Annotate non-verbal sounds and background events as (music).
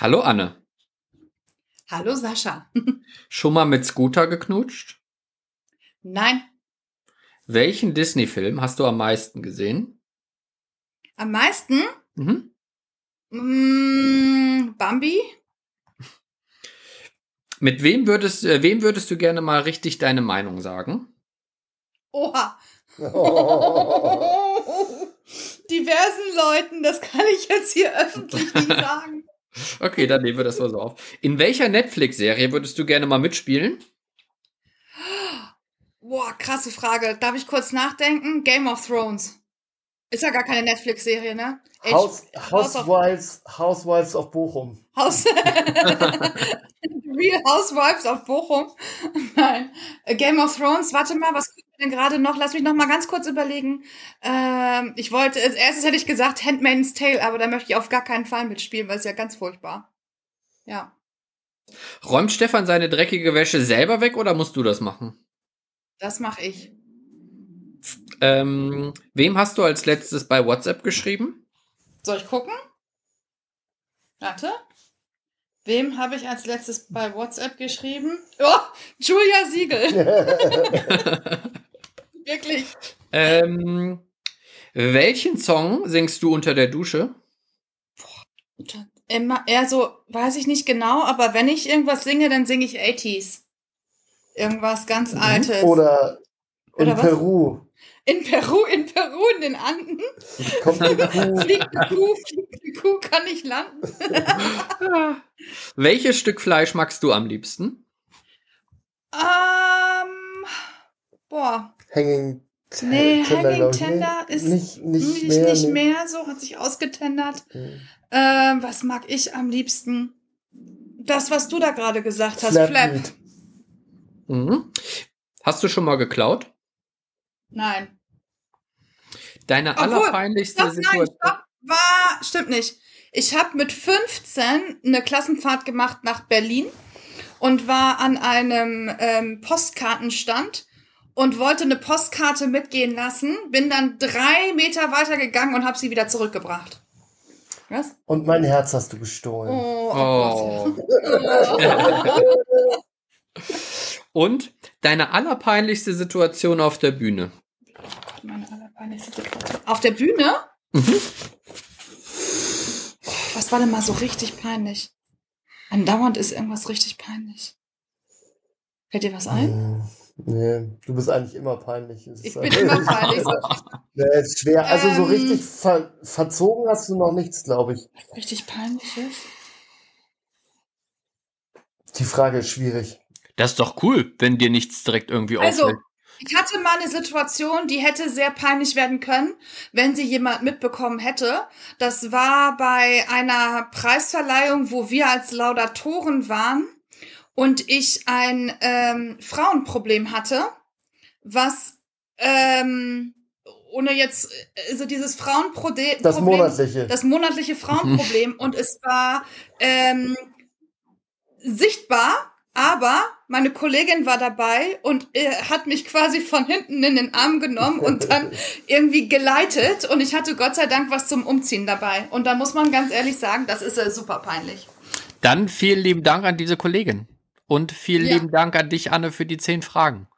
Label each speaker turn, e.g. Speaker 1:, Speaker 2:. Speaker 1: Hallo Anne.
Speaker 2: Hallo Sascha.
Speaker 1: Schon mal mit Scooter geknutscht?
Speaker 2: Nein,
Speaker 1: Welchen Disney-Film hast du am meisten gesehen?
Speaker 2: am meisten
Speaker 1: Mhm.
Speaker 2: mm, Bambi.
Speaker 1: Mit wem würdest, äh, wem würdest du gerne mal richtig deine Meinung sagen?
Speaker 2: Oha. Oh. (laughs) Diversen Leuten, das kann ich jetzt hier öffentlich (laughs) nicht sagen.
Speaker 1: Okay, dann nehmen wir das mal so auf. In welcher Netflix-Serie würdest du gerne mal mitspielen?
Speaker 2: Boah, krasse Frage. Darf ich kurz nachdenken? Game of Thrones. Ist ja gar keine Netflix-Serie, ne? H-
Speaker 3: Haus,
Speaker 2: House of-
Speaker 3: Housewives, Housewives of Bochum.
Speaker 2: Haus (laughs) Real Housewives auf Bochum. (laughs) Nein. Äh, Game of Thrones, warte mal, was gucken wir denn gerade noch? Lass mich noch mal ganz kurz überlegen. Ähm, ich wollte, als erstes hätte ich gesagt Handmaid's Tale, aber da möchte ich auf gar keinen Fall mitspielen, weil es ist ja ganz furchtbar. Ja.
Speaker 1: Räumt Stefan seine dreckige Wäsche selber weg oder musst du das machen?
Speaker 2: Das mache ich.
Speaker 1: Ähm, wem hast du als letztes bei WhatsApp geschrieben?
Speaker 2: Soll ich gucken? Warte. Wem habe ich als letztes bei WhatsApp geschrieben? Oh, Julia Siegel. (laughs) Wirklich.
Speaker 1: Ähm, welchen Song singst du unter der Dusche?
Speaker 2: Immer eher so, weiß ich nicht genau, aber wenn ich irgendwas singe, dann singe ich 80s. Irgendwas ganz Altes.
Speaker 3: (laughs) Mhm. Oder in
Speaker 2: Oder was?
Speaker 3: Peru.
Speaker 2: in Peru, in Peru, in den Anden.
Speaker 3: Kommt
Speaker 2: (laughs)
Speaker 3: die Kuh.
Speaker 2: Fliegt eine
Speaker 3: (laughs)
Speaker 2: Kuh, fliegt eine Kuh, kann nicht landen.
Speaker 1: Welches Stück Fleisch magst du am liebsten?
Speaker 2: Ähm, boah.
Speaker 3: Hanging T-
Speaker 2: Nee, Hanging
Speaker 3: glaub ich.
Speaker 2: Tender ist
Speaker 3: nicht, nicht
Speaker 2: nicht,
Speaker 3: mehr.
Speaker 2: nicht
Speaker 3: nee.
Speaker 2: mehr, so hat sich ausgetendert.
Speaker 3: Mhm.
Speaker 2: Ähm, was mag ich am liebsten? Das, was du da gerade gesagt hast,
Speaker 3: Flap
Speaker 2: Flap.
Speaker 3: Meat.
Speaker 1: Mhm. Hast du schon mal geklaut?
Speaker 2: Nein.
Speaker 1: Deine
Speaker 2: Obwohl,
Speaker 1: allerpeinlichste
Speaker 2: Das, nein,
Speaker 1: Situation.
Speaker 2: stopp, war, stimmt nicht. Ich habe mit 15 eine Klassenfahrt gemacht nach Berlin und war an einem ähm, Postkartenstand und wollte eine Postkarte mitgehen lassen, bin dann drei Meter weiter gegangen und habe sie wieder zurückgebracht. Was?
Speaker 3: Und mein Herz hast du
Speaker 2: Oh,
Speaker 3: gestohlen.
Speaker 2: oh, Gott.
Speaker 1: Oh. (laughs) Und deine allerpeinlichste Situation auf der Bühne.
Speaker 2: Meine allerpeinlichste Situation. Auf der Bühne? Was war denn mal so richtig peinlich? Andauernd ist irgendwas richtig peinlich. Fällt dir was ein?
Speaker 3: Mhm. Nee, du bist eigentlich immer peinlich. Es ist
Speaker 2: Ich
Speaker 3: (laughs)
Speaker 2: bin
Speaker 3: einfach-
Speaker 2: immer peinlich. So
Speaker 3: Nee, ist schwer. Also so
Speaker 2: Ähm.
Speaker 3: richtig ver verzogen hast du noch nichts, glaube ich.
Speaker 2: richtig peinlich ist.
Speaker 3: Die Frage ist schwierig.
Speaker 1: Das ist doch cool, wenn dir nichts direkt irgendwie
Speaker 2: Also,
Speaker 1: auffällt.
Speaker 2: ich hatte mal eine Situation, die hätte sehr peinlich werden können, wenn sie jemand mitbekommen hätte. Das war bei einer Preisverleihung, wo wir als Laudatoren waren und ich ein ähm, Frauenproblem hatte, was ähm, ohne jetzt, also dieses Frauenproblem.
Speaker 3: Das monatliche.
Speaker 2: das monatliche Frauenproblem und es war ähm, sichtbar, aber meine Kollegin war dabei und äh, hat mich quasi von hinten in den Arm genommen und dann irgendwie geleitet und ich hatte Gott sei Dank was zum Umziehen dabei. Und da muss man ganz ehrlich sagen, das ist äh, super peinlich.
Speaker 1: Dann vielen lieben Dank an diese Kollegin. Und vielen
Speaker 2: Ja.
Speaker 1: lieben Dank an dich, Anne, für die zehn Fragen.